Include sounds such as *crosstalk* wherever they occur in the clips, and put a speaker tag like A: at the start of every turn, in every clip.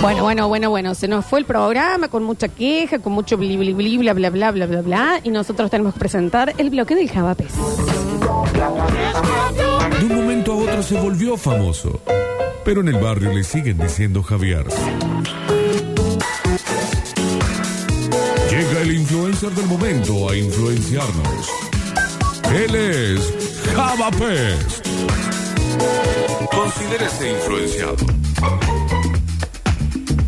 A: Bueno, bueno, bueno, bueno. Se nos fue el programa con mucha queja, con mucho bli, bli, bli, bla, bla, bla, bla, bla, bla. Y nosotros tenemos que presentar el bloque del Javapes.
B: De un momento a otro se volvió famoso. Pero en el barrio le siguen diciendo Javier. Llega el influencer del momento a influenciarnos. Él es Javapes. Considérese influenciado.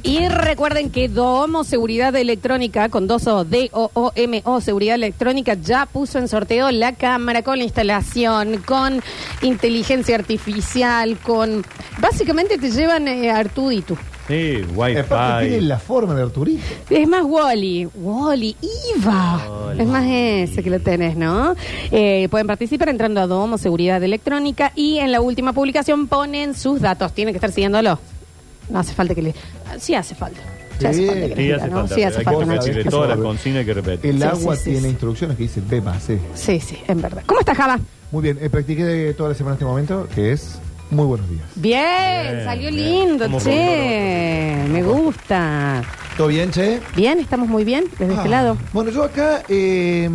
A: Y recuerden que Domo Seguridad Electrónica, con dos O, D-O-O-M-O, Seguridad Electrónica, ya puso en sorteo la cámara con la instalación, con inteligencia artificial, con... Básicamente te llevan eh, a Artudito.
C: Sí,
D: Aparte tiene
C: Wi-Fi.
D: la forma de Arturito.
A: Es más Wally, Wally, IVA.
C: Wall-E.
A: Es más ese que lo tenés, ¿no? Eh, pueden participar entrando a Domo Seguridad Electrónica y en la última publicación ponen sus datos. Tienen que estar siguiéndolo. No hace falta que le. ah, Sí hace falta. Sí,
D: Sí,
A: hace falta. que le
C: Sí,
A: diga,
C: hace
A: ¿no?
C: falta.
A: Sí, hace
C: hay
A: falta.
C: que
A: no,
C: repetir
A: sí,
D: que
C: todas
D: se
C: las
D: vuelve.
C: consignas que repetir.
D: El
A: Sí,
D: agua
A: sí, sí,
D: tiene
A: sí.
D: instrucciones que dice B más C.
A: Sí, sí, en verdad. ¿Cómo estás, Java?
D: Muy bien, eh, practiqué toda la semana este momento, que es muy buenos días.
A: Bien,
C: Bien,
A: salió
C: bien.
A: lindo,
C: Como
A: che. Me gusta.
D: ¿Todo bien, Che?
A: Bien, estamos muy bien desde este
D: Ah,
A: lado.
D: Bueno, yo acá eh,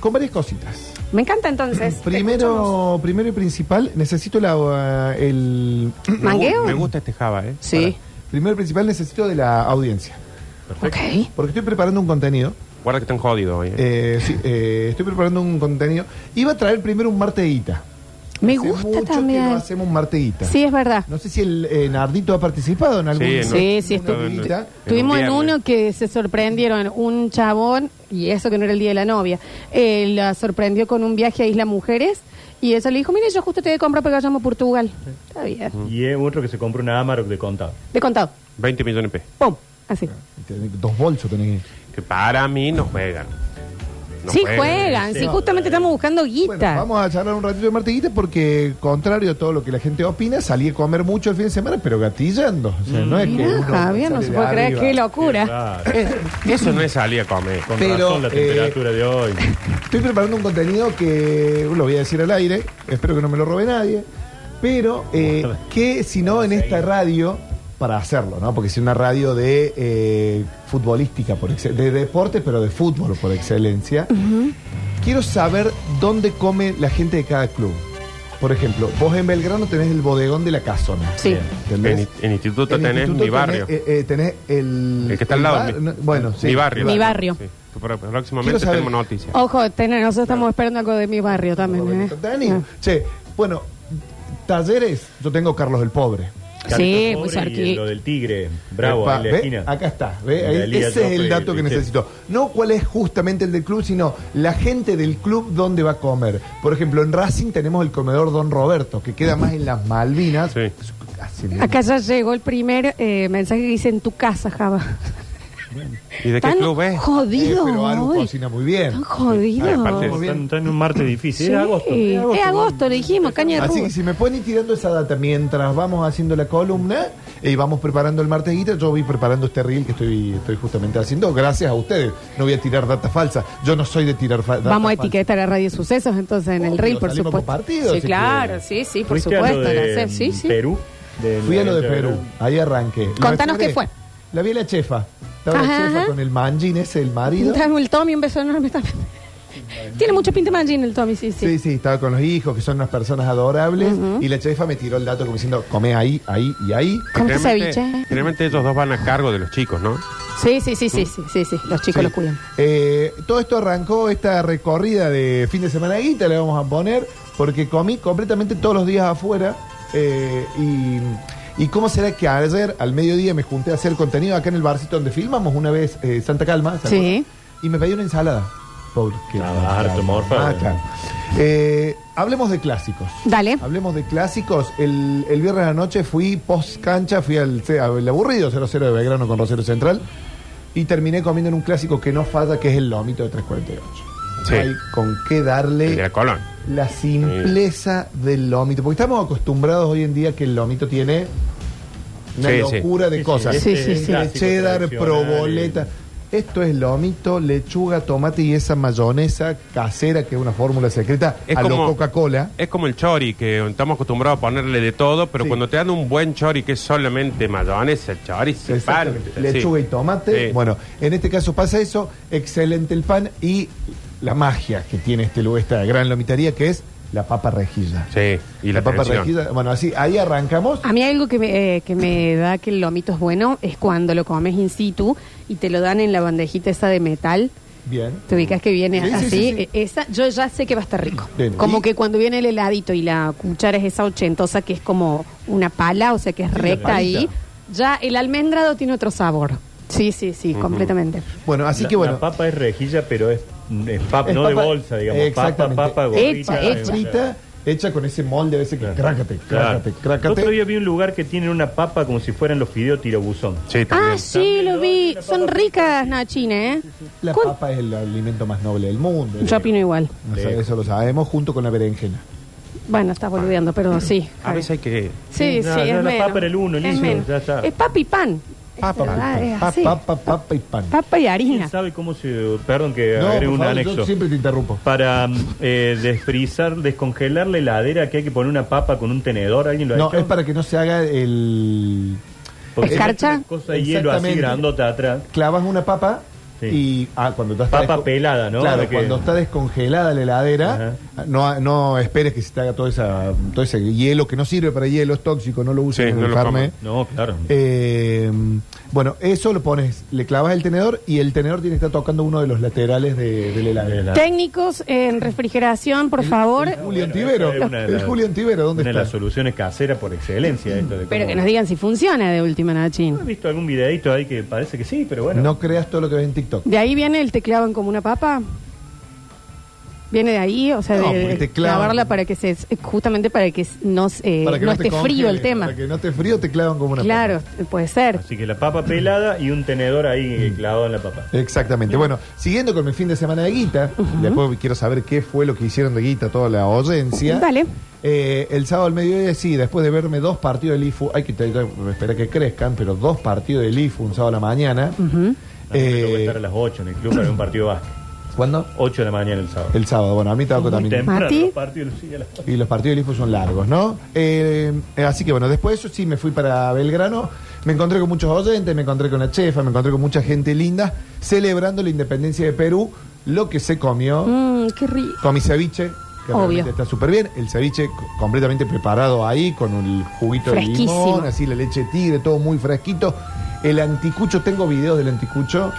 D: con varias cositas.
A: Me encanta entonces. Escuchamos.
D: Primero, primero y principal, necesito la, uh, el... *clears throat*
A: ¿Mangueo?
E: Me gusta este Java, ¿eh?
A: Sí.
D: Primero y principal necesito de la audiencia.
A: Ok.
D: Porque estoy preparando un contenido.
E: Guarda que están jodidos hoy. ¿eh?
D: eh, sí, eh, estoy preparando un contenido. Iba a traer primero un marteguita.
A: Me
D: Hace
A: gusta
D: mucho Que no
A: también.
D: hacemos un marteguita.
A: Sí, es verdad.
D: No sé si el eh, Nardito ha participado en algún...
E: Sí, ¿no?
A: Sí, sí,
D: alguna
A: estu-
D: amiguita.
A: Tuvimos en
E: viernes.
A: uno que se sorprendieron, un chabón, y eso que no era el día de la novia, eh, la sorprendió con un viaje a Isla Mujeres y ella le dijo, mire, yo justo te he comprado porque vayamos a Portugal. Está bien.
E: Mm.
C: Y es otro que se compró una Amarok de contado.
A: De contado.
E: 20 millones de pesos.
A: ¡Pum! Así.
D: Tenés Dos bolsos tenés.
E: Que para mí no juegan. No
A: sí, juegan, sí,
C: sí.
A: justamente estamos buscando
D: Bueno,
A: guita.
D: vamos a charlar un ratito de marteguita porque, contrario a todo lo que la gente opina, salí a comer mucho el fin de semana, pero gatillando. O sea, no es que
A: Mirá,
D: uno
A: Javier, no
D: sale
A: se
D: de
A: puede creer,
D: arriba.
A: qué locura.
C: Ah,
E: Eso no es salir a comer.
C: Con
D: Pero,
C: razón la
D: eh,
C: temperatura de
D: *laughs*
C: hoy.
D: Estoy preparando un contenido que lo voy a decir al aire, espero que no me lo robe nadie, pero eh, que si no en esta radio, para hacerlo, ¿no? Porque si una radio de eh, futbolística, por excel- de deportes, pero de fútbol por excelencia, quiero saber dónde come la gente de cada club. Por ejemplo, vos en Belgrano tenés el bodegón de la casona.
A: Sí.
C: Bien.
D: ¿entendés?
E: En- en Instituto tenés
D: Instituto
E: Mi Barrio.
D: Tenés, eh, eh, tenés el...
E: El que está al
D: el
E: lado.
D: bar-
E: mi,
D: no, bueno, sí,
E: mi barrio.
A: Mi barrio. Oh,
E: Sí. Que pro- Próximamente
D: Quiero saber-
E: tenemos noticias.
A: *laughs* Ojo, tenés, nosotros estamos esperando algo de mi barrio también. ¿eh?
D: Roberto Tani. Che, bueno, talleres, yo tengo Carlos el Pobre.
C: Carlitos
A: Sí,
C: Pobre
A: muy
C: y
A: cerquita.
C: Lo del tigre, bravo,
D: Epa,
C: en la
D: ¿ve?
C: esquina.
D: Acá está, ¿ve?
C: En la
D: Ahí-
C: Liga
D: ese es el
C: Jockey,
D: dato que
C: ¿viste?
D: necesito. No cuál es justamente el del club, sino la gente del club dónde va a comer. Por ejemplo, en Racing tenemos el comedor Don Roberto, que queda más en las Malvinas.
E: Sí.
D: Hace de-
A: Acá ya llegó el primer eh, mensaje que dice en tu casa, Java.
E: ¿Y de qué
A: Tan
E: club es?
D: Eh,
A: jodido.
D: pero Aru
A: hoy.
D: cocina muy bien.
A: Tan jodido.
E: Ah, aparte,
C: Están-
D: bien.
C: están en un martes difícil.
A: Sí,
C: Era agosto.
A: Es agosto, le dijimos, caña de
D: Así
A: ruda.
D: que si me pueden ir tirando esa data mientras vamos haciendo la columna eh, y vamos preparando el martes guita, yo voy preparando este reel que estoy, estoy justamente haciendo gracias a ustedes. No voy a tirar data falsa. Yo no soy de tirar fa- data
A: Vamos a
D: falsa.
A: etiquetar a Radio Sucesos entonces en el
D: Obvio,
A: reel, por
D: salimos
A: supuesto.
D: compartidos,
A: sí,
D: si
A: claro,
D: quieren.
A: sí, sí, por
C: ¿Fuiste a
A: supuesto.
C: lo
A: lo
C: de
A: haces, sí, sí.
C: Perú? De-
D: Fui a lo de
C: de-
D: Perú, ahí arranqué. Lo
A: Contanos
D: de
A: qué fue.
D: La vi a la chefa. Estaba
A: Ajá,
D: la
A: ajá.
D: chefa con el manjín ese, el marido.
A: Dame el Tommy, un beso enorme
D: *laughs*
A: también. Tiene mucho pinta manjín el Tommy, sí, sí.
D: Sí, sí, estaba con los hijos, que son unas personas adorables. Y la chefa me tiró el dato como diciendo, comé ahí, ahí y ahí.
A: ¿Cómo que
E: Generalmente-
A: ceviche?
E: Generalmente ellos dos van a cargo de los chicos, ¿no?
A: Sí, sí, sí, sí, sí, sí, sí. Los chicos
D: Sí.
A: los cuidan.
D: Eh, todo esto arrancó esta recorrida de fin de semana de guita, le vamos a poner, porque comí completamente todos los días afuera. eh, y, y cómo será que ayer, al mediodía, me junté a hacer contenido acá en el barcito donde filmamos una vez eh, Santa Calma, ¿se
A: Sí.
D: acuerdan? Y me pedí una ensalada. Porque.
C: Ah, harto morfa.
D: Ah, claro. Eh, hablemos de clásicos.
E: ¿Eh?
A: Dale.
D: Hablemos de clásicos. El, el viernes a la noche fui post cancha, fui al, al aburrido 0-0 de Belgrano con Rosero Central y terminé comiendo en un clásico que no falla, que es el lomito de 348.
E: Sí.
D: No hay con qué
E: El de
D: darle
E: la Colón.
D: la simpleza del lomito. Porque estamos acostumbrados hoy en día que el lomito tiene una
E: Sí, sí.
D: locura de
C: Sí, sí,
D: cosas.
A: Sí, sí, sí.
D: Entre
C: clásico
D: cheddar,
C: tradicional,
D: proboleta. Esto es lomito, lechuga, tomate y esa mayonesa casera que es una fórmula secreta
E: Es
D: a lo
E: como-
D: Coca-Cola.
E: Es como el chori, que estamos acostumbrados a ponerle de todo, pero
D: Sí.
E: cuando te dan un buen chori que es solamente mayonesa, chori, se
D: Exactamente.
E: parte,
D: Lechuga
E: sí.
D: y tomate.
E: Sí.
D: Bueno, en este caso pasa eso. Excelente el pan y la magia que tiene este lugar, esta gran lomitería, que es la papa rejilla.
E: Sí, y la,
D: papa
E: tensión.
D: rejilla. Bueno, así, ahí arrancamos.
A: A mí algo que me, eh, que me da que el lomito es bueno es cuando lo comes in situ y te lo dan en la bandejita esa de metal.
D: Bien.
A: Te ubicas que viene
D: Sí, sí,
A: así.
D: sí, sí.
A: eh, Esa, yo ya sé que va a estar rico.
D: Bien.
A: Como
D: Y-
A: que cuando viene el heladito y la cuchara es esa ochentosa que es como una pala, o sea que es
D: la
A: recta
D: palita.
A: ahí, ya el almendrado tiene otro sabor. Sí, sí, sí, completamente.
D: Bueno, así
C: la,
D: que bueno.
C: La papa es rejilla, pero es, es papa,
D: es
C: no de
D: papa-
C: bolsa, digamos. Papa,
D: Exactamente.
C: papa, gorrita.
A: Hecha, hecha.
D: frita, hecha con ese molde a veces que crácate,
C: Claro.
D: crácate,
C: El otro
D: crácate.
C: día vi un lugar que tienen una papa como si fueran los fideos tirabuzón.
E: Sí, también.
A: Ah, sí, lo vi.
C: La papa
A: Son
C: frita,
A: ricas, Nachine, ¿eh?
D: La
A: ¿Cuán-
D: papa es el alimento más noble del mundo.
A: Yo opino igual.
D: O sea, Eso lo sabemos, junto con la berenjena.
A: Bueno, estás boludeando, perdón, sí.
E: A
A: Javi.
E: veces hay que...
A: Sí,
C: No,
A: sí,
C: ya
A: es
C: la
A: menos.
C: papa era el uno,
A: Es
C: listo,
A: menos.
C: ya está.
A: Es papa y pan.
D: Papa,
A: Es verdad, es
D: papa,
A: así.
D: papa, papa y pan.
A: Papa y harina.
C: ¿Quién sabe cómo se... Perdón que
D: No,
C: agregue
D: por
C: un
D: favor,
C: anexo.
D: yo siempre te interrumpo.
C: Para mm, eh, desfrizar, descongelar la heladera, que hay que poner una papa con un tenedor. ¿Alguien lo ha
D: No,
C: hecho?
D: es para que no se haga el...
C: Porque
A: ¿Escarcha?
C: hay una cosa de hielo así
D: Exactamente.
C: grandota atrás.
D: Clavas una papa
C: Sí.
D: y... Ah, cuando ya está
C: Papa
D: desco-
C: pelada, ¿no?
D: Claro,
C: De que-
D: cuando está descongelada la heladera, no, no esperes que se te haga todo, esa, todo ese hielo, que no sirve para hielo, es tóxico, no lo uses
E: Sí,
D: en
E: no
D: el
E: lo
D: carne.
E: comas.
C: No, claro.
D: Eh, bueno, eso lo pones, le clavas el tenedor y el tenedor tiene que estar tocando uno de los laterales de, de la heladera.
C: Claro.
A: Técnicos en refrigeración, por favor.
D: el Julián Tibero.
C: esa es una de
D: El
C: las-
D: Julián Tibero, ¿dónde
C: una de
D: está?
C: las soluciones caseras por excelencia. Esto de
A: Pero
C: cómo-
A: que nos digan si funciona de última,
C: ¿Has
A: Nachín.
C: visto algún videito ahí que parece que sí, pero bueno.
D: No creas todo lo que ves en TikTok.
A: ¿De ahí viene el teclado en como una papa? ¿Viene de ahí? O sea,
D: No,
A: de
D: porque te clavan.
A: clavarla para que se... eh, Justamente para que no, se-
D: Para que
A: Eh, no esté
D: te
A: frío
D: congele,
A: el tema.
D: Para que no esté frío, te clavan como una papa.
A: Claro, puede ser.
C: Así que la papa pelada y un tenedor
D: Mm.
C: ahí clavado en la papa.
D: Exactamente. Bueno, siguiendo con mi fin de semana de guita, después quiero saber qué fue lo que hicieron de guita toda la audiencia.
A: Dale.
D: Eh, el sábado al mediodía, sí, después de verme dos partidos del IFU, hay que te- te- esperar que crezcan, pero dos partidos del IFU un sábado a la mañana. Eh,
C: Tengo que estar a las 8 en el club para un partido vasco.
D: ¿Cuándo?
C: 8 de la mañana el sábado.
D: El sábado, bueno, a mí tampoco
C: Muy
D: también.
C: temprano,
A: ¿Mati?
C: los partidos los sigue a las ocho.
D: Y los partidos del IFU son largos, ¿no? Eh, eh, así que bueno, después de eso sí me fui para Belgrano, me encontré con muchos oyentes, me encontré con la chefa, me encontré con mucha gente linda, celebrando la independencia de Perú, lo que se comió,
A: Mm, qué rico.
D: con mi ceviche, que
A: Obvio.
D: realmente está súper bien, el ceviche c- completamente preparado ahí, con el juguito de
A: Fresquísimo.
D: limón, así la leche de tigre, todo muy fresquito. El anticucho, tengo videos del anticucho.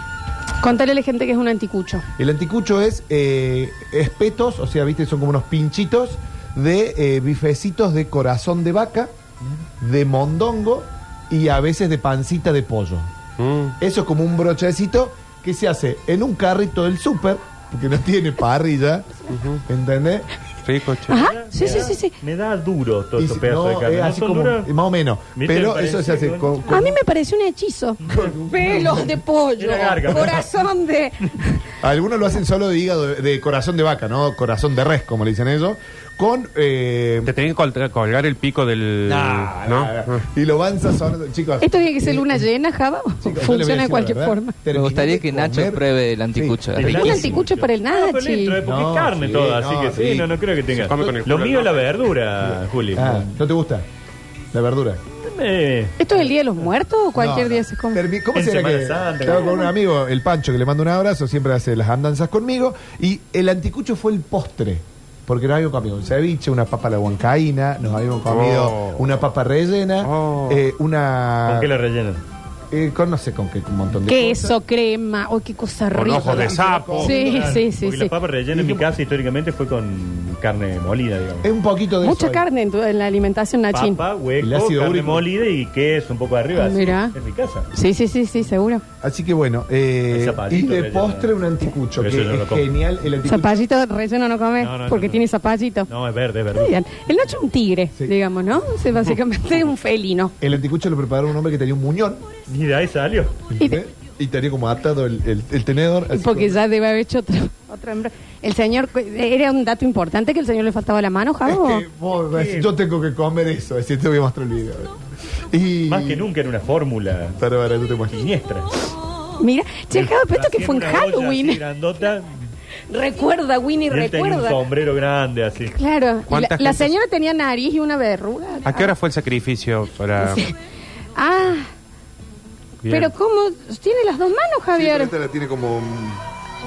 A: Contale a la gente que es un anticucho.
D: El anticucho es eh, espetos, o sea, viste, son como unos pinchitos de eh, bifecitos de corazón de vaca, de mondongo y a veces de pancita de pollo.
E: Mm.
D: Eso es como un brochecito que se hace en un carrito del súper, porque no *laughs* tiene parrilla, ¿entendés?
E: Rico, che.
A: Ajá, sí, sí, sí, sí.
C: Me da duro todo
D: Y
C: estos
D: si-
C: pedazos
D: no,
C: de carne.
D: es
C: ¿No
D: así
C: son
D: como, eh,
C: duras?
D: más o menos.
C: ¿Viste?
D: Pero
C: Parece
D: eso se hace
C: que-
D: con,
A: A mí me pareció un hechizo. Pelos de pollo,
C: Era larga, pero-
A: corazón de...
D: Algunos lo hacen solo de hígado, de, de corazón de vaca, ¿no? Corazón de res, como le dicen ellos. Con. eh,
E: Te tenés que col- colgar el pico del...
D: nah,
E: Eh, ¿no? Ah.
D: nah, nah. Y lo van sazonando. Chicos.
A: Esto tiene que ser luna llena, Java. o
D: chicos, yo les voy a decir
A: Funciona de
D: la
A: cualquier
D: verdad.
A: forma.
D: Terminé
F: Me gustaría
D: de
F: que Nacho
D: comer-
F: pruebe el
D: Sí.
F: anticucho. Es
A: Un
C: El
F: riquísimo.
A: anticucho para el
C: No, pero
A: Nachi.
C: dentro de- porque
D: No,
C: es carne
D: sí,
C: toda, así
D: no,
C: que sí,
D: sí.
C: no, no creo que tenga.
E: Se come con el
C: Lo
E: culo,
C: mío es la
E: ¿no?
C: verdura, Juli.
D: Ah, ¿No te gusta? La verdura.
C: Eh,
A: ¿Esto es el día de los muertos o cualquier
D: No, no.
A: día se come?
D: Termi- ¿Cómo
C: En
D: será
C: Semana
D: que
C: Santa,
D: estaba
C: ¿no?
D: con un amigo, el Pancho, que le mando un abrazo, siempre hace las andanzas conmigo? Y el anticucho fue el postre. Porque nos habíamos comido un ceviche, una papa a la huancaína, nos habíamos comido
E: Oh.
D: una papa rellena,
E: Oh.
D: eh, una...
C: ¿Con qué la rellenan?
D: eh, con no sé con qué, un montón de cosas.
A: Queso, crema. ¡Oh, qué cosa
E: Con
A: rica!
E: ojos de sapo.
A: Sí,
C: Claro,
A: sí, sí.
C: Porque
A: sí.
C: la papa rellena en mi casa históricamente fue con carne molida, digamos.
D: Es un poquito de
A: Mucha
D: eso ahí.
A: carne en, tu- en la alimentación, Nachín. Ah,
C: Papa,
D: El
C: hueco,
D: ácido
C: carne
D: úrico.
C: molida y queso un poco arriba. así.
A: Mirá.
C: En mi casa.
A: Sí, sí, sí, sí, seguro.
D: Así que bueno, eh,
C: El
D: y
C: zapallito
D: de
C: relleno.
D: postre un anticucho,
C: Pero eso
D: que
C: yo no
D: es
C: lo como.
D: genial. El anticucho
A: Zapallito relleno no come
C: No, no,
A: porque
C: no, no.
A: tiene zapallito.
C: No, es verde, es
A: Muy
C: verde.
A: bien. El Nacho es un tigre,
D: Sí.
A: digamos, ¿no? O sea, básicamente es un felino.
D: El anticucho lo preparó un hombre que tenía un muñón
C: Y de ahí salió.
A: Y de-
D: ¿eh? y tenía como atado el, el- el tenedor. así
A: Porque
D: como-
A: ya debe haber *laughs* hecho otra, otra hembra. El señor, ¿era un dato importante que el señor le faltaba la mano,
D: Es
A: Javo?
D: que vos me decís, yo tengo que comer eso, así te voy a mostrar el video. Y...
C: Más que nunca era una fórmula
D: Pero ahora yo te muestro.
C: siniestra.
A: *laughs* Mira, checado, pero esto que fue en
C: Hacía una olla
A: Halloween.
C: así grandota,
A: Recuerda, Winnie,
C: y él tenía un
A: recuerda.
C: sombrero grande así.
A: Claro. y La,
E: ¿Cuánta
A: la
E: gente-
A: señora tenía nariz y una verruga.
E: ¿A qué hora fue el sacrificio para.?
A: Ah,
E: Bien,
A: pero ¿cómo? Tiene las dos manos,
F: Sí, pero
A: Javier.
G: este-
F: esta la tiene como. mm,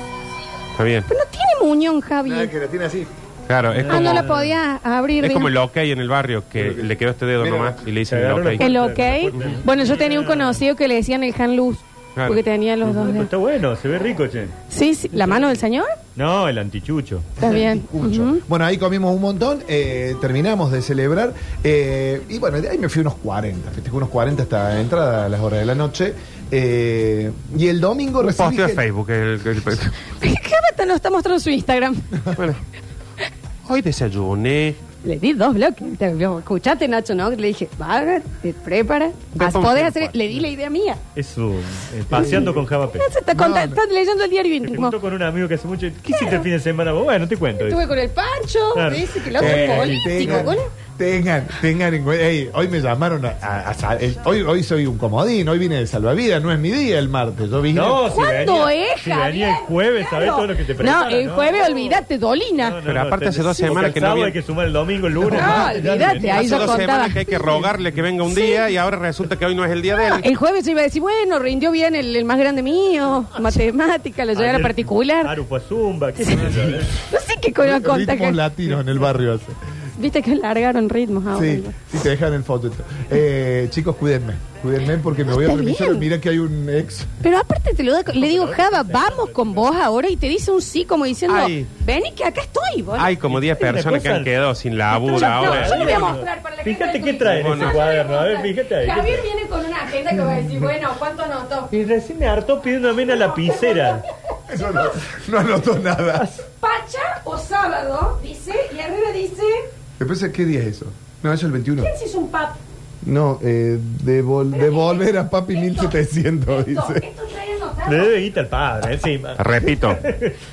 E: Está bien.
A: Pero no tiene muñón,
F: Nada
A: Javier.
F: que la tiene así.
E: Claro, es
A: Ah,
E: como,
A: no la podía abrir.
E: es como
A: digamos.
E: el ok en el barrio, que
F: Creo que-
E: le quedó este dedo
F: Mira,
E: nomás y le
C: se
E: dicen el
C: agarró la
E: ok.
A: El
C: Puerta,
A: ok.
C: la puerta.
A: Bueno, yo tenía un conocido que le decían el Han Luz.
E: Claro.
A: Porque tenía los dos.
C: Pero
A: dedos.
C: Está bueno, se ve rico, che.
A: Sí, sí. ¿La mano del señor?
C: No, el antichucho.
A: Está bien.
D: Mucho.
A: Ujú.
D: Bueno, ahí comimos un montón, eh, terminamos de celebrar eh, y bueno, de ahí me fui unos 40, festejé unos 40 hasta la entrada a las horas de la noche eh, y el domingo
E: Un
D: recibí...
E: posteo de
D: gente-
E: Facebook. el- el-
A: Javata nos está mostrando su Instagram.
E: Bueno, hoy desayuné.
A: Le di dos bloques. Te- lo Escuchaste, Nacho, ¿no? Le dije, vaga, te prepara. Haz-
E: vamos a
A: podés
E: hacer
A: hacer.
E: cuatro.
A: Le di la idea mía.
C: Eso, eh, paseando con Javapé.
A: No, se está, conta- está leyendo el diario
C: Te
A: íntimo.
C: junto con un amigo que hace mucho. ¿Qué hiciste el fin de semana? vos? Bueno, te cuento.
A: Estuve con el Pancho.
C: Claro.
A: Dice que loco
D: Eh,
A: es político.
D: tengan,
A: boludo.
D: tengan, tengan en cuenta. Ey, hoy me llamaron a, a- a sal- el- hoy, hoy soy un comodín, hoy vine de salvavidas, no es mi día el martes. Yo vine.
C: No, si
A: ¿Cuándo
C: venía,
A: es,
C: Si venía el
A: Javier?
C: jueves,
A: Claro.
C: ¿sabés todo lo que te
A: No,
C: preparan?
A: el jueves, olvídate, Dolina.
C: No, no,
E: Pero
C: no,
E: aparte hace dos
C: porque
E: semanas
C: el
E: que no
C: sábado
E: había-
C: hay que sumar el domingo, el lunes.
A: No, olvídate, ahí
E: Hace
A: yo
E: dos
A: contaba.
E: semanas que hay que rogarle que venga un día y ahora resulta que hoy no es el día de él.
A: Ah, El jueves yo iba a decir, bueno, rindió bien el, el más grande mío, matemática, lo llevé a la
C: Ayer,
A: particular.
C: Aru fue a Zumba, ¿qué sé yo, eh?
A: No sé qué con
D: Ritmos
A: conta que-
D: latinos en el barrio. hace.
A: Viste que largaron ritmos ahora.
D: Sí, sí, te dejan el foto. Eh, chicos, cuídenme. Cuídenme porque me voy a
A: Ah, Está
D: revisar.
A: bien.
D: Mira que hay un ex. *laughs*
A: Pero aparte te lo da- le digo, Java, vamos con vos ahora y te dice un sí como diciendo,
E: Ay.
A: vení que acá estoy. boludo.
E: Hay como 10
C: Hay una
E: personas que
C: cosa-
E: han quedado sin laburo
A: No,
E: ahora.
A: yo le voy a mostrar para la gente de
C: Fíjate qué
A: Twitch.
C: trae en
A: No, yo
C: ese
A: le voy
C: cuaderno, a ver,
A: mostrar.
C: fíjate ahí, ¿qué
A: Javier
C: trae?
A: viene con una agenda que va a decir, bueno, ¿cuánto anotó?
C: Y recién me hartó pidiendo a mí una lapicera.
D: No, no, no anotó nada.
A: Pacha o sábado, dice, y arriba dice,
D: Me parece, ¿qué día es eso? No, es el 21.
A: ¿quién se hizo un pap?
D: No, eh, devol- devolver a papi
A: Esto,
D: 1700,
A: esto,
D: dice.
A: Esto trae anotado.
C: Le debe guita al padre, encima.
E: Repito,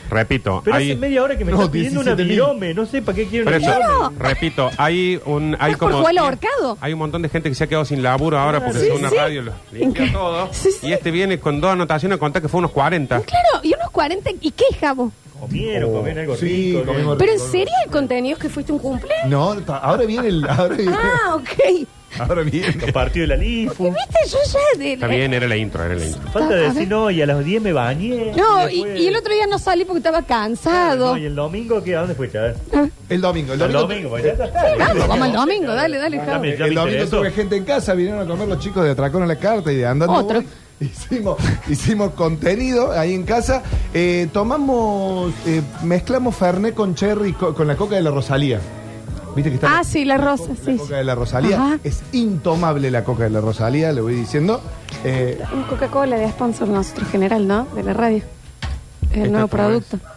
E: repito.
C: Pero
E: hay-
C: hace media hora que me
D: No,
C: está pidiendo una
D: 17.000.
C: virome, no sé para qué quiere
E: Por
C: una
E: eso,
C: virome.
E: repito, hay un hay
A: Pero Pues por
E: como
A: Joel ahorcado.
E: hay un montón de gente que se ha quedado sin laburo ahora porque
A: Sí,
E: es una
A: sí.
E: radio lo limpia
A: Inca-
E: todo
A: Sí, sí.
E: y este viene con dos anotaciones contar que fue unos 40.
A: Claro, y unos 40, ¿y qué, Javo?
C: Comieron, comieron algo
D: Oh, Sí,
C: rico. que-
D: comimos-
A: ¿Pero en serio el contenido es que fuiste un cumpleaños?
D: No, ta- ahora viene el. Ahora viene.
A: Ah, ok.
D: Ahora viene.
C: Los partidos de la LIFU.
A: ¿Viste? Yo ya... de-
E: Está bien, era la intro, era la intro.
C: Falta
A: A
C: de
A: ver.
C: decir, no, y a las 10 me bañé.
A: No, y,
C: después-
A: y el otro día no salí porque estaba cansado.
C: No, ¿Y el domingo qué? ¿A dónde fuiste? A ver.
D: El domingo, el
C: El
D: domingo.
C: domingo, pues ya está.
A: Vamos, vamos el domingo, dale, dale, Javo.
C: Dame. Ya
D: el
C: me
D: domingo
C: interesó.
D: tuve gente en casa, vinieron a comer los chicos de Atracón a la Carta y de Andando.
A: Otro.
D: Voy. *laughs* Hicimos, hicimos contenido ahí en casa. Eh, tomamos, eh, mezclamos Fernet con cherry, co- con la coca de la Rosalía. ¿Viste que está
A: Ah, sí, la rosa,
D: la
A: sí. sí.
D: coca de la Rosalía?
A: Ajá.
D: Es intomable la coca de la Rosalía, le voy diciendo. Eh,
A: Un Coca-Cola de sponsor nuestro general, ¿no? De la radio. Es
E: Esta
A: el nuevo
E: otra vez.
A: producto.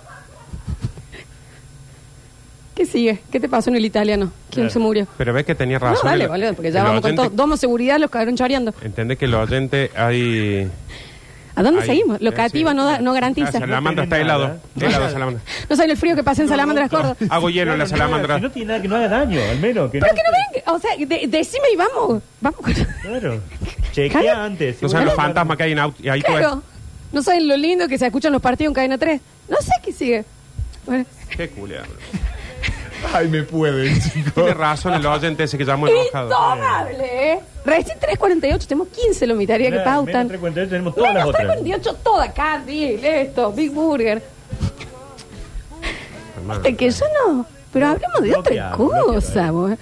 A: ¿Qué sigue? ¿Qué te pasó en el italiano? ¿Quién
C: Claro.
A: se murió?
E: Pero ves que tenía
A: No,
E: razón.
A: dale,
E: el-
A: boludo, porque ya
E: el
A: vamos con
E: oyente-
A: todo. Domo seguridad, los cagaron choreando.
E: Entendés que el oyente hay
A: ¿A dónde
E: hay-
A: seguimos? Lo
E: eh,
A: cativa
E: sí.
A: no, da- no garantiza.
E: La salamandra está
C: tiene
E: helado.
C: nada.
E: Helado la salamandra.
A: No saben el frío que pasa en Salamandras Córdoba.
E: Hago hielo en la
C: No, no, no,
E: salamandra.
C: si no tiene nada que no haga daño, al menos.
A: Pero que no venga. O sea, de- decime y vamos. Vamos con...
C: Claro. Chequea
A: Claro.
C: antes.
E: No saben los fantasmas que hay en auto y ahí tú ves.
A: Claro. No saben lo lindo que se escuchan los partidos en Cadena 3. No sé qué sigue. Bueno.
E: Qué culia. bro.
D: ay, me pueden, *laughs*
E: Tiene
D: chicos.
E: razón el oyente ese que está muy enojado.
A: Intomable, ¿eh? Recién 3.48, tenemos 15 lomitaria que
C: Claro,
A: pautan.
C: menos 3.48, tenemos todas las
A: Menos
C: otras.
A: 3.48, toda Candy, esto, Big Burger. Viste que yo no. Pero hablemos de otra
C: bloqueado, bloqueado,
A: cosa, vos.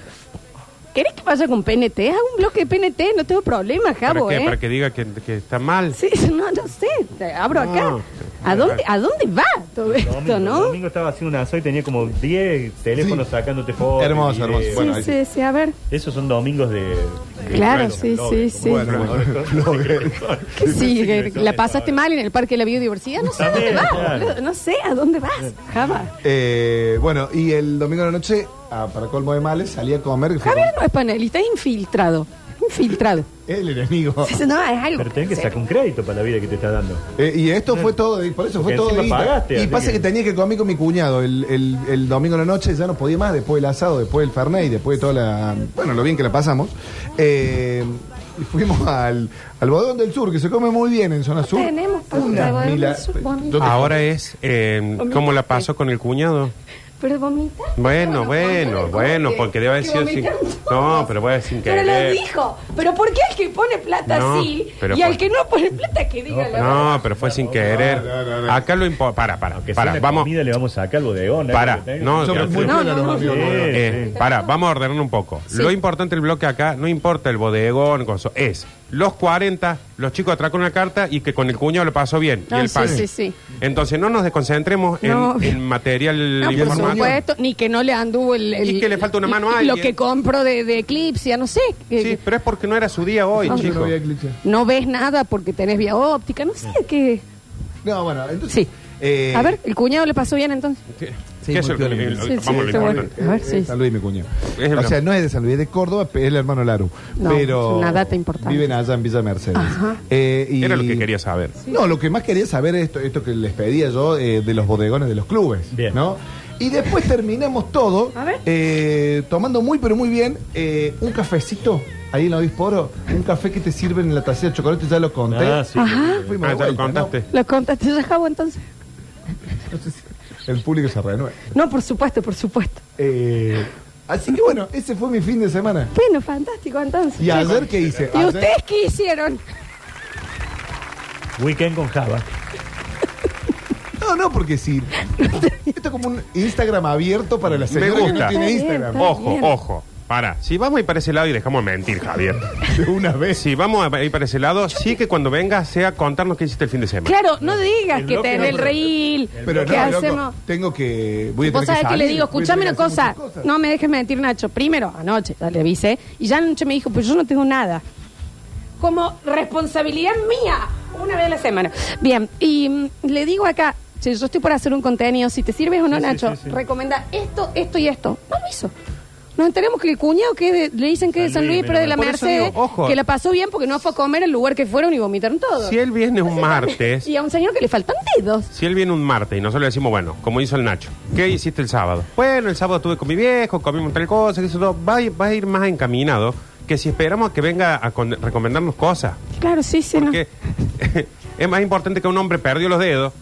A: ¿Querés que vaya con PNT? Hago un bloque de PNT, no tengo problema,
E: ¿Para
A: Jabo,
E: qué?
A: ¿eh?
E: Para que diga que, que está mal.
A: Sí, *laughs* no, no sé. te Abro
E: No,
A: acá. ¿A
E: no,
A: dónde, ¿A dónde va todo esto,
C: El
A: no?
C: domingo estaba haciendo una soy, tenía como 10 teléfonos
D: Sí.
C: sacándote fotos.
D: Hermoso,
C: videos.
D: hermoso. Bueno,
A: Sí,
D: ahí-
A: sí, sí, a ver.
C: Esos son domingos de.
A: Claro,
C: de-
A: sí,
C: de-
A: sí, sí.
D: Bueno, bueno, blogger.
A: *laughs* ¿Qué sigue? ¿La pasaste mal en el Parque de la Biodiversidad? No sé a dónde
C: También,
A: vas,
C: claro.
A: boludo, No sé a dónde vas, Java.
D: Eh, bueno, y el domingo de la noche, a- para colmo de males, salí a comer. que fue
A: Javier no es panelista, es infiltrado. Infiltrado.
D: con- el enemigo.
A: Eso *laughs* no es algo.
C: Pero tenés que
A: Sí.
C: sacar un crédito para la vida que te está dando.
D: Eh, y esto fue todo, y por eso fue
C: Porque
D: todo. de
C: encima
D: guita.
C: pagaste,
D: y
C: así
D: pasa que...
C: que-
D: tenía que comer con mi cuñado el, el- el domingo a la noche, ya no podía más, después del asado, después del Fernet y después de toda la. Bueno, lo bien que la pasamos. Eh, y fuimos al, al Bodón del Sur, que se come muy bien en zona sur.
A: Tenemos para
D: Unas
A: el Bodón del
D: mila-
A: Sur, bonito.
D: ¿Dónde-
E: Ahora es eh, cómo la pasó con el cuñado.
A: Pero vomita.
E: Bueno, bueno, bueno, porque debe haber sido sin- No, pero voy a decir que.
A: Pero lo dijo. Pero ¿por qué al que pone plata
E: No,
A: sí
E: pero
A: y al
E: fue-
A: que no pone plata que diga la verdad?
E: No, pero fue sin querer.
D: No, no, no.
E: Acá lo importa. Para, para,
C: Aunque sea
E: para,
C: una
E: vamos.
C: comida le vamos a sacar al bodegón. ¿eh?
E: Para,
C: Porque
E: no,
C: tenés-
D: Somos muy
E: No,
D: no,
A: no, no,
D: amigos.
C: no, no.
D: boludo.
E: Eh, para, vamos a ordenar un poco.
A: Sí.
E: Lo importante del bloque acá, no importa el bodegón, con so- es los 40, los chicos atracan una carta y que con el cuñado lo pasó bien.
A: Ah,
E: y el
A: sí,
E: pan.
A: sí, sí.
E: Entonces no nos desconcentremos en-
A: No.
E: en, material
A: No, por
E: informático.
A: supuesto, ni que no le anduvo el, el-
E: Y que le falta una mano a
A: Lo
E: alguien.
A: que compro de, de Eclipse, no sé. que-
E: Sí, pero es porque no era su día hoy,
D: No, yo no
E: chicos.
D: voy a cliché.
A: No ves nada porque tenés vía óptica, no
E: Mm.
A: sé qué.
D: No, bueno, entonces.
A: Sí.
D: eh,
A: a ver, el cuñado le pasó bien entonces.
E: ¿Qué-
D: Sí,
E: qué es
D: muy
E: el- el-
D: piola.
E: el-
A: Sí, sí,
E: vamos a lo
A: está bueno.
E: importante?
A: A ver,
D: eh,
A: sí.
D: San Luis, mi cuñado.
E: Es el-
D: o sea, no es de San Luis, es de Córdoba, pero es el hermano Laru.
A: No,
D: pero
A: es una data importante.
D: Viven allá en Villa Mercedes.
A: Ajá.
D: Eh, y-
E: Era lo que quería saber.
D: No, lo que más quería saber es esto, esto que les pedía yo eh, de los bodegones de los clubes.
C: Bien.
D: ¿no? Y después terminamos todo
A: A ver.
D: eh, tomando muy, pero muy bien eh, un cafecito ahí en Obispo Oro. Un café que te sirven en la tacita de chocolate, ya lo conté.
C: Ah, sí.
D: Fuimos
E: Ah,
D: de
E: ya lo
D: vuelta,
E: contaste.
A: ¿Lo contaste *laughs* ya, Javo, entonces?
D: *laughs* ¿no? No sé si El público se renueva.
A: No, por supuesto, por supuesto.
D: Eh, así que bueno, ese fue mi fin de semana.
A: Bueno, fantástico, entonces.
D: ¿Y ayer qué hice?
A: ¿Y
D: Ayer-
A: ustedes qué hicieron?
C: Weekend con Java.
D: No, no, porque sí. Esto es como un Instagram abierto para la señora que
E: gusta.
D: no
A: Está
D: tiene
A: bien,
D: Instagram.
A: está
E: Ojo,
A: bien.
E: ojo. Para, si vamos a ir para ese lado y dejamos de mentir, Javier.
D: De una vez.
E: Si vamos a ir para ese lado, sí que cuando vengas sea contarnos qué hiciste el fin de semana.
A: Claro, no digas
C: El
A: que
C: bloque
A: te en
C: no,
A: el
C: pero-
A: reel.
D: Pero
A: ¿Qué
D: no, loco,
A: hacemos?
D: tengo que. Voy a
A: Vos
D: tener
A: sabés que,
D: salir,
A: le digo,
D: voy a
A: escuchame
D: tener
A: una
D: que hacer
A: cosa,
D: muchas cosas.
A: no me dejes mentir, Nacho. Primero, anoche ya le avisé, y ya anoche me dijo, pues yo no tengo nada. Como responsabilidad mía, una vez a la semana. Bien, y mm, le digo acá, che, yo estoy por hacer un contenido, si te sirves o no,
C: Sí, sí,
A: Nacho,
C: sí, sí.
A: recomendá esto, esto y esto. No lo hizo. Nos enteramos que el cuñado que es de- le dicen que es de San Luis, pero de la
E: por eso
A: Mercedes,
E: digo, ojo.
A: que la pasó bien porque no fue a comer al lugar que fueron y vomitaron todo.
E: Si él viene un martes,
A: Y a un señor que le faltan dedos.
E: si él viene un martes y nosotros le decimos, bueno, como hizo el Nacho, ¿qué hiciste el sábado? Bueno, el sábado estuve con mi viejo, comimos tal cosa, que eso todo, va, a ir- va a ir más encaminado que si esperamos a que venga a con- recomendarnos cosas.
A: Claro, sí, sí. no.
E: Porque *laughs* es más importante que un hombre perdió los dedos.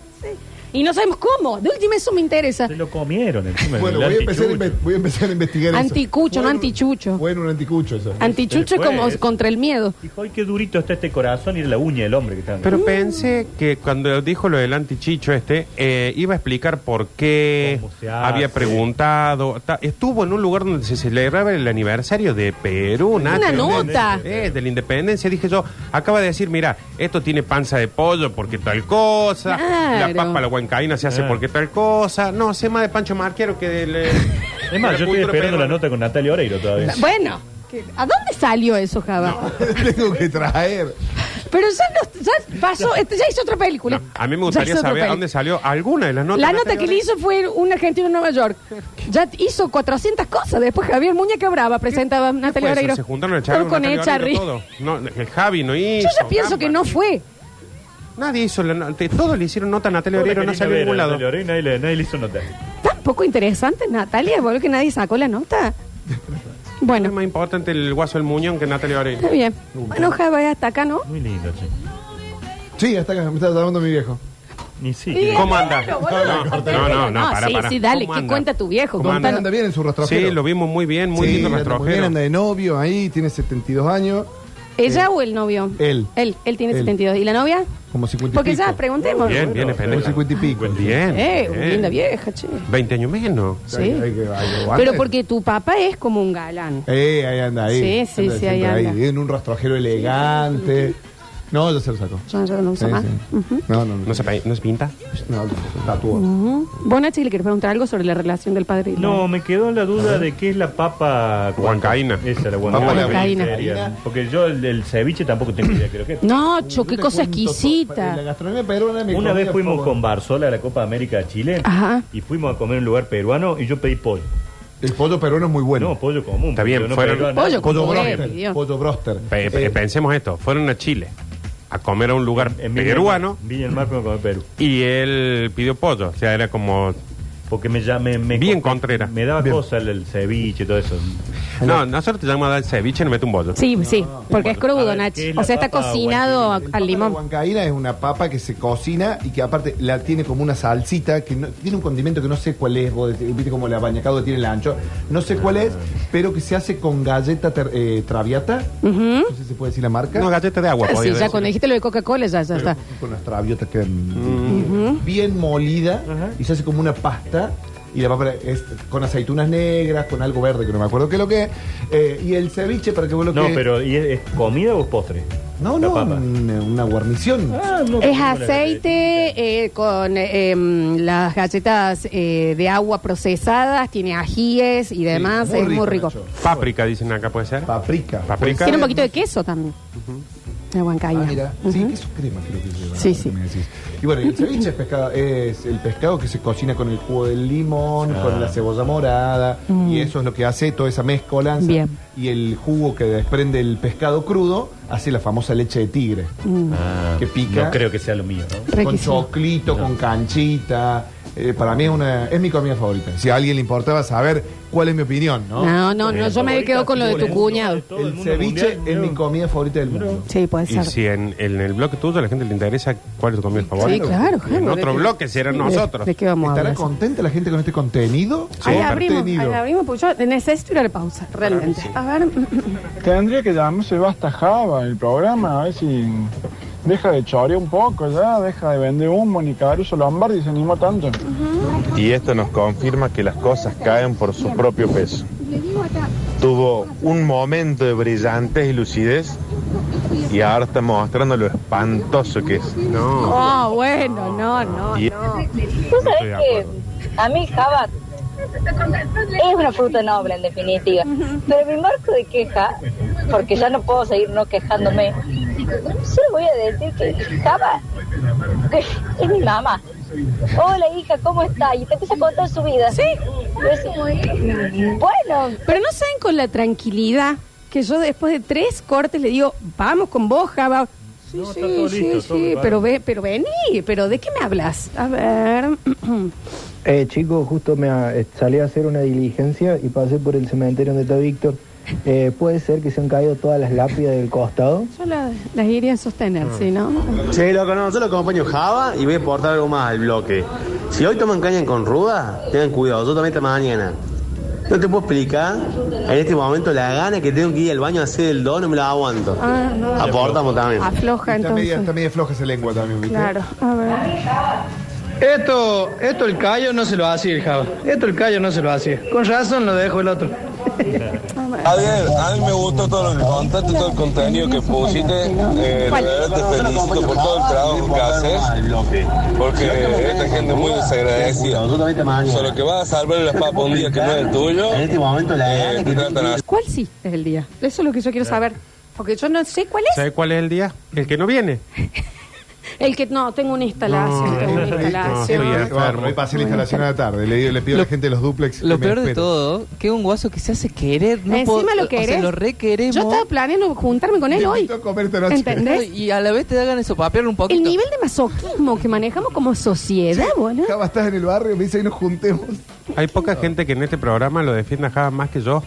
A: Y no sabemos cómo. De última eso me interesa.
C: Se lo comieron encima.
D: Bueno,
C: el
D: voy a, empezar a
C: antichucho.
D: inve- voy a empezar a investigar eso.
A: Anticucho, no
D: Bueno,
A: antichucho.
D: Bueno, un anticucho eso.
A: Antichucho es
C: Después.
A: como contra el miedo.
C: Dijo, ay, qué durito está este corazón y era la uña del hombre que estaba.
E: Pero pensé que cuando dijo lo del antichicho este, eh, iba a explicar por qué
C: ¿Cómo se hace?
E: había preguntado. ta- estuvo en un lugar donde se celebraba el aniversario de Perú, Nacho.
A: Una nota.
E: Eh, de la independencia. Dije yo, acaba de decir, mira, esto tiene panza de pollo porque tal cosa.
A: Claro.
E: La papa, la huancaína se hace
C: Claro.
E: porque tal cosa. No, sé más de Pancho Marquero que del... eh, de
C: Ah. es más,
E: la
C: yo estoy
E: cultura
C: esperando la
E: peruana.
C: nota con Natalia Oreiro todavía.
A: Bueno, que- ¿a dónde salió eso, Java?
D: tengo que traer.
A: Pero ya, no- ya pasó, este, ya hizo otra película.
E: No, a mí me gustaría saber a dónde salió alguna de las notas.
A: La nota que le hizo fue un argentino en Nueva York. Ya hizo 400 cosas. Después Javier Muñeca Brava presentaba a Natalia
E: Pues,
A: Oreiro.
E: Se juntaron a charlar
A: Todo con
E: Natalia
A: Echarri.
E: Oreiro, todo. No, el Javi no hizo.
A: Yo ya pienso
E: Gamba.
A: que no fue.
E: Nadie hizo la nota. Todos le hicieron nota a Natalia Oreiro, no salió de ningún lado.
C: Natalia Oreiro, nadie, le- nadie le hizo nota.
A: Tampoco interesante, Natalia, boludo, que nadie sacó la nota.
E: Es
A: Bueno,
E: más importante el guaso del muñón que Natalia Oreiro.
A: está bien. Bueno, Java, hasta acá, ¿no?
C: Muy lindo, che.
D: Sí, hasta acá me está llamando mi viejo.
C: Ni sí.
A: Sí,
C: que-
E: ¿Cómo
A: claro,
E: anda?
A: boludo.
E: No, no, no, no, no, para,
A: Ah, sí,
E: para.
A: sí, dale,
E: ¿Cómo
A: que
E: anda?
A: cuenta tu viejo?
E: ¿Cómo
D: Anda,
E: anda?
D: anda bien en su rastrojero.
E: Sí, lo vimos muy bien, muy
D: Sí,
E: lindo
D: anda muy bien,
E: rastrojero.
D: Anda de novio ahí, tiene 72 años,
A: ¿Ella o el novio?
D: Él.
A: Él, él tiene
D: Él.
A: 72. ¿Y la novia?
D: como 50 y
A: Porque
D: pico.
A: ya, preguntemos.
E: Bien, bien,
D: Como 50 y pico.
E: Bien.
A: Eh,
E: bien.
A: linda vieja, che.
E: 20 años menos.
A: Sí.
D: Hay- hay que- hay que
A: Pero
D: aguantar.
A: porque tu papá es como un galán.
D: Eh, ahí anda, ahí.
A: Sí, sí,
D: Anda
A: sí,
D: siempre
A: ahí anda.
D: En un rastrojero elegante. No, ya se lo sacó.
A: Yo, yo no uso
D: Sí,
A: más.
D: sí.
A: Mm.
D: No, no, no.
E: ¿No se, pe- no se pinta?
D: No, tatuó.
A: Mm. ¿Vos, Nachi, le querés preguntar algo sobre la relación del padre y la-
C: No, me quedó la duda de qué es la papa
E: Huancaína.
C: Esa, la
D: Papa
C: huancaína.
A: huancaína.
C: Sería. Porque yo el, del ceviche tampoco tengo idea, creo que
A: *clears throat*
C: es.
A: Nacho, qué
D: Yo te
A: cosa
D: cuento, La
A: exquisita.
D: gastronomía peruana me
C: Una vez
D: comía
C: fuimos
D: poco.
C: con Barzola a la Copa América de Chile
A: Ajá.
C: y fuimos a comer en un lugar peruano y yo pedí pollo.
D: El pollo peruano es muy bueno.
C: No, pollo común.
E: Está bien,
C: pero no
E: fueron-
C: peruano.
A: Pollo con
D: pollo
A: huevo,
D: broster.
A: Dios.
D: Pollo broster.
E: Pe- pe-
D: Eh,
E: pensemos esto. Fueron a Chile a comer a un lugar
C: En Viña del Mar-
E: peruano
C: Viña del Mar fuimos a comer Perú.
E: y él pidió pollo. O sea, era como
C: Porque me llamé. Me,
E: Bien Contreras.
C: Me daba
D: Bien.
C: cosas el, el ceviche y todo eso.
E: No, nosotros te llamamos a dar ceviche y no mete un bollo.
A: Sí, sí, porque es
C: Bueno, a
A: crudo,
C: ver,
A: Nacho.
C: ¿qué es
A: O
C: la
A: sea, está
C: papa
A: cocinado
C: guancaína?
A: a-
D: El papa
A: Ah, al
D: de
A: limón.
D: Huancaína es una papa que se cocina y que aparte la tiene como una salsita, que no- tiene un condimento que no sé cuál es, vos decís, viste como la bañacado tiene el ancho, no sé cuál es, pero que se hace con galleta ter- eh, traviata, no sé si se puede decir la marca.
E: No, galleta de agua.
A: Ah,
E: podía
A: Sí, ya
E: decir.
A: cuando dijiste lo de Coca-Cola ya, ya
D: Pero
A: está.
D: Con las traviotas que mm, bien molida y se hace como una pasta. Y la papa es con aceitunas negras, con algo verde que no me acuerdo qué es lo que es. Eh, y el ceviche, para que vos lo
C: No,
D: que.
C: pero ¿y es, es comida o es postre?
D: No,
C: La
D: no,
C: papa.
D: una, una guarnición.
C: Ah,
A: Es
C: no, como la-
A: aceite eh, con eh, em, las galletas eh, de agua procesadas, tiene ajíes y demás,
D: Sí,
A: es muy rico.
D: Nacho.
E: Páprica, dicen acá, puede ser.
D: Paprika.
E: Paprika.
A: Tiene un poquito de queso también. La
D: Ah,
A: huancaína.
D: mira.
A: Ujú.
D: Sí, queso crema creo que lleva.
A: Sí,
D: ahora
A: sí.
D: que me decís. Y bueno, y el ceviche es, pescado, es el pescado que se cocina con el jugo del limón,
C: Ah.
D: con la cebolla morada. Y eso es lo que hace toda esa mezcolanza.
A: Mm. Bien.
D: Y el jugo que desprende el pescado crudo hace la famosa leche de tigre.
C: Ah,
D: que pica.
C: No creo que sea lo mío, ¿no?
D: Con
A: Mm, Riquísimo.
D: choclito, con canchita. Eh, para mí es una es mi comida favorita. Si a alguien le importaba saber cuál es mi opinión, ¿no?
A: No, no, no, yo me quedo con lo de tu cuñado.
C: Todo el
D: El
C: mundo
D: ceviche
C: mundial,
D: es mi
C: ¿no?
D: comida favorita del mundo.
A: Sí, puede
E: Y
A: ser.
E: si en, en el bloque tuyo a la gente le interesa cuál es tu comida favorita.
A: claro,
E: Y En
A: claro,
E: otro
A: de-
E: bloque si eran
A: ¿De-
E: nosotros.
A: ¿De qué vamos a
D: ¿Estará
A: hablar?
D: contenta la gente con este contenido?
A: ahí
E: Sí,
A: abrimos, ahí
D: Contenido.
A: abrimos, porque yo necesito ir a la pausa, realmente. A ver, *laughs*
F: Tendría que llamarse Basta Java el programa, a ver si deja de chorear un poco ya, deja de vender humo, ni Caruso Lombardi se animó tanto.
H: y esto nos confirma que las cosas caen por su propio peso. Tuvo un momento de brillantez y lucidez y ahora está mostrando lo espantoso que es.
E: No,
A: oh, bueno, no, no,
H: Y-
A: no.
I: Tú
E: no estoy de
I: sabes que
E: acuerdo.
I: a mí Java es una fruta noble en definitiva. Pero mi marco de queja, porque ya no puedo seguir no quejándome, solo voy a decir que Java que es mi mamá. Hola hija, ¿cómo está? Y te empieza a contar su vida. Sí. Bueno,
A: Pero no saben con la tranquilidad que yo después de tres cortes le digo, vamos con vos, Java. Sí,
C: No,
A: sí,
C: está todo
A: sí,
C: listo, todo
A: sí,
C: preparado.
A: pero, ve, pero vení, pero ¿de qué me hablas? A ver,
J: *clears throat* Eh, chicos, justo me ha- eh, salí a hacer una diligencia y pasé por el cementerio donde está Víctor. Eh, ¿Puede ser que se han caído todas las lápidas del costado?
A: yo la- las iría a sostener, ¿sí, no?
K: Sí, loco, no, yo lo acompaño Java y voy a aportar algo más al bloque. Si hoy toman caña con ruda, tengan cuidado, yo tomé esta mañana. No te puedo explicar en este momento la gana que tengo que ir al baño a hacer el do, no me la aguanto.
A: Ah, no.
K: Aportamos también.
A: Afloja
D: Está media,
A: entonces.
D: está media floja esa lengua también, ¿viste?
A: Claro, a ver.
G: Esto, esto el callo no se lo hacía el Java. Esto el callo no se lo hacía. Con razón lo dejo el otro.
H: Javier, a mí me gustó todo lo que contaste, todo el contenido que pusiste. Eh,
A: ¿Cuál?
H: de verdad te felicito por todo el trabajo que haces, porque esta gente es muy desagradecida.
K: Yo tomé esta mañana.
H: Solo que vas a salvar las papas un día que no es el tuyo,
K: En este momento la
H: eh,
K: gana
H: te
K: que tengo
H: tratan así.
A: ¿Cuál sí es el día? Eso es lo que yo quiero saber. Porque yo no sé cuál es.
E: ¿Sabe cuál es el día? El que no viene.
A: El que no, tengo una instalación,
E: No,
A: tengo una
E: no,
A: instalación.
E: no,
D: Bueno,
E: Claro.
D: hoy pasé la instalación a la tarde. Le, digo- le pido a la gente de los duplex.
L: Lo
D: que me
L: peor de
D: espere.
L: todo, que un guaso que se hace querer. No puedo-
A: Encima lo
L: o sea,
A: querés.
L: lo requeremos.
A: Yo estaba planeando juntarme con él
D: Te
A: hoy.
D: invito a comer esta noche. *laughs*
A: ¿Entendés?
L: Y a la vez te dan eso, papear un poquito.
A: El nivel de masoquismo que manejamos como sociedad, bueno.
D: Java, estás en el barrio, me dice ahí nos juntemos.
E: Hay poca gente que en este programa lo defienda Java más que yo.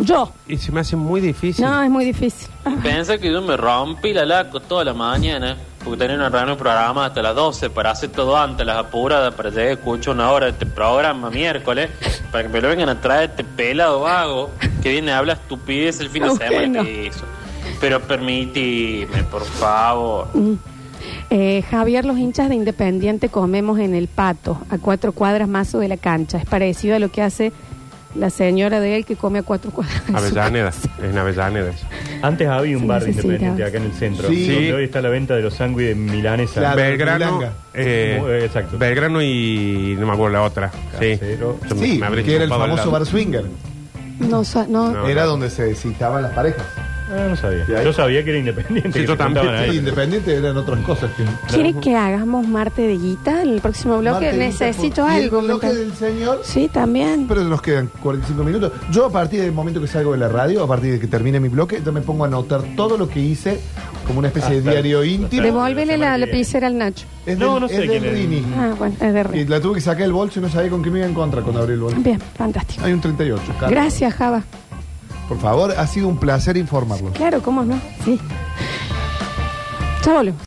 A: Yo.
E: Y se me hace muy difícil.
A: No, es muy difícil.
G: Pensé que yo me rompí la laco toda la mañana, porque tenía una reunión de programa hasta las 12 para hacer todo antes, las apuradas, para llegar a escuchar una hora de este programa miércoles, para que me lo vengan a traer este pelado vago que viene a hablar estupidez el fin de
A: Bueno.
G: semana que hizo. Pero permitime, por favor.
A: Eh, Javier, los hinchas de Independiente comemos en el pato, a cuatro cuadras más o de la cancha. Es parecido a lo que hace la señora de él que come a cuatro cuadras. de su
E: Avellaneda,
A: casa.
E: en Avellaneda. eso.
C: Antes había un
A: Sí,
C: bar
A: necesitaba.
C: independiente acá en el centro.
D: Sí.
C: donde hoy está la venta de los sándwiches de milanesa.
D: Claro.
E: Belgrano,
D: Milanga.
E: eh,
C: Muy- exacto.
E: Belgrano y no me acuerdo la otra. Sí,
C: Casero.
E: Yo me-
D: Sí,
E: me habré
D: que era el
E: chupado
D: famoso
E: lado.
D: bar swinger.
A: *laughs* No, sa- no.
E: No.
D: Era donde se citaban las parejas.
C: Ah, no sabía. Yo sabía que era independiente.
D: Sí,
C: que
D: yo
C: se
D: también.
C: juntaban ahí.
D: Sí, independiente eran otras cosas que.
A: ¿Quiere que hagamos Marte de Guita en el próximo bloque?
D: Marte de Guita,
A: Necesito
D: por- ¿Y el
A: algo.
D: bloque
A: mientras-
D: del señor?
A: Sí, también.
D: Pero nos quedan 45 minutos. Yo a partir del momento que salgo de la radio, a partir de que termine mi bloque, yo me pongo a anotar todo lo que hice como una especie de
C: Hasta-
D: diario íntimo.
A: Devuélvele la lapicera al Nacho.
D: Es
C: No,
D: del-
C: no sé
D: es del
C: quién es.
D: Rini.
A: Ah, bueno, es de re.
D: Y la tuve que sacar del bolso y no sabía con qué me iba a encontrar cuando abrí el bolso.
A: Bien, fantástico.
D: Hay un 38. Carlos.
A: Gracias, Java.
D: Por favor, ha sido un placer informarlos.
A: Claro, ¿cómo no? Sí. Ya volvemos.